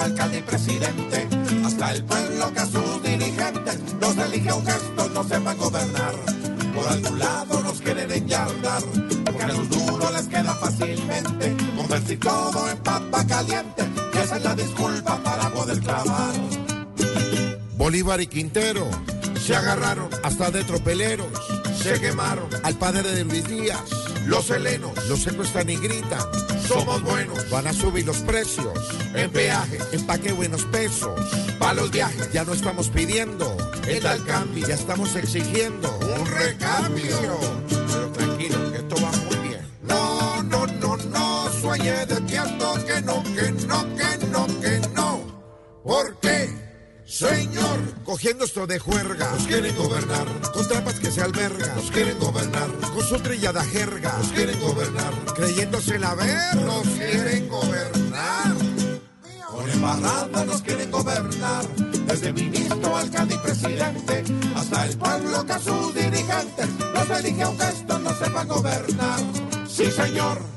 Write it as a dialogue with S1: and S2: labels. S1: alcalde y presidente, hasta el pueblo que a sus dirigentes los elige un gesto, no sepan gobernar. Por algún lado nos quieren enyardar, porque a los duros les queda fácilmente convertir todo en papa caliente, que esa es la disculpa para poder clavar.
S2: Bolívar y Quintero
S1: se agarraron,
S2: hasta de tropeleros.
S1: se quemaron,
S2: Al padre de Luis Díaz
S1: los helenos,
S2: los secuestran y gritan.
S1: somos buenos,
S2: Van a subir los precios.
S1: en peaje,
S2: Empaque buenos pesos.
S1: para los viajes,
S2: Ya no estamos pidiendo.
S1: el tal cambio,
S2: Ya estamos exigiendo.
S1: un recambio.
S2: Pero tranquilo, que esto va muy bien.
S1: No, no, no, no, sueñe despierto que no, que no, que no, que no. ¿Por qué, señor?
S2: Cogiendo esto de juerga.
S1: Nos quieren gobernar,
S2: Con trampas que se albergan.
S1: nos quieren gobernar,
S2: Con su trillada jerga.
S1: nos quieren gobernar,
S2: Creyéndose la ver.
S1: nos quieren gobernar. Con embarrada nos quieren gobernar, desde ministro, alcalde y presidente, hasta el pueblo que a sus dirigentes los elige aunque estos no sepan gobernar. Sí, señor.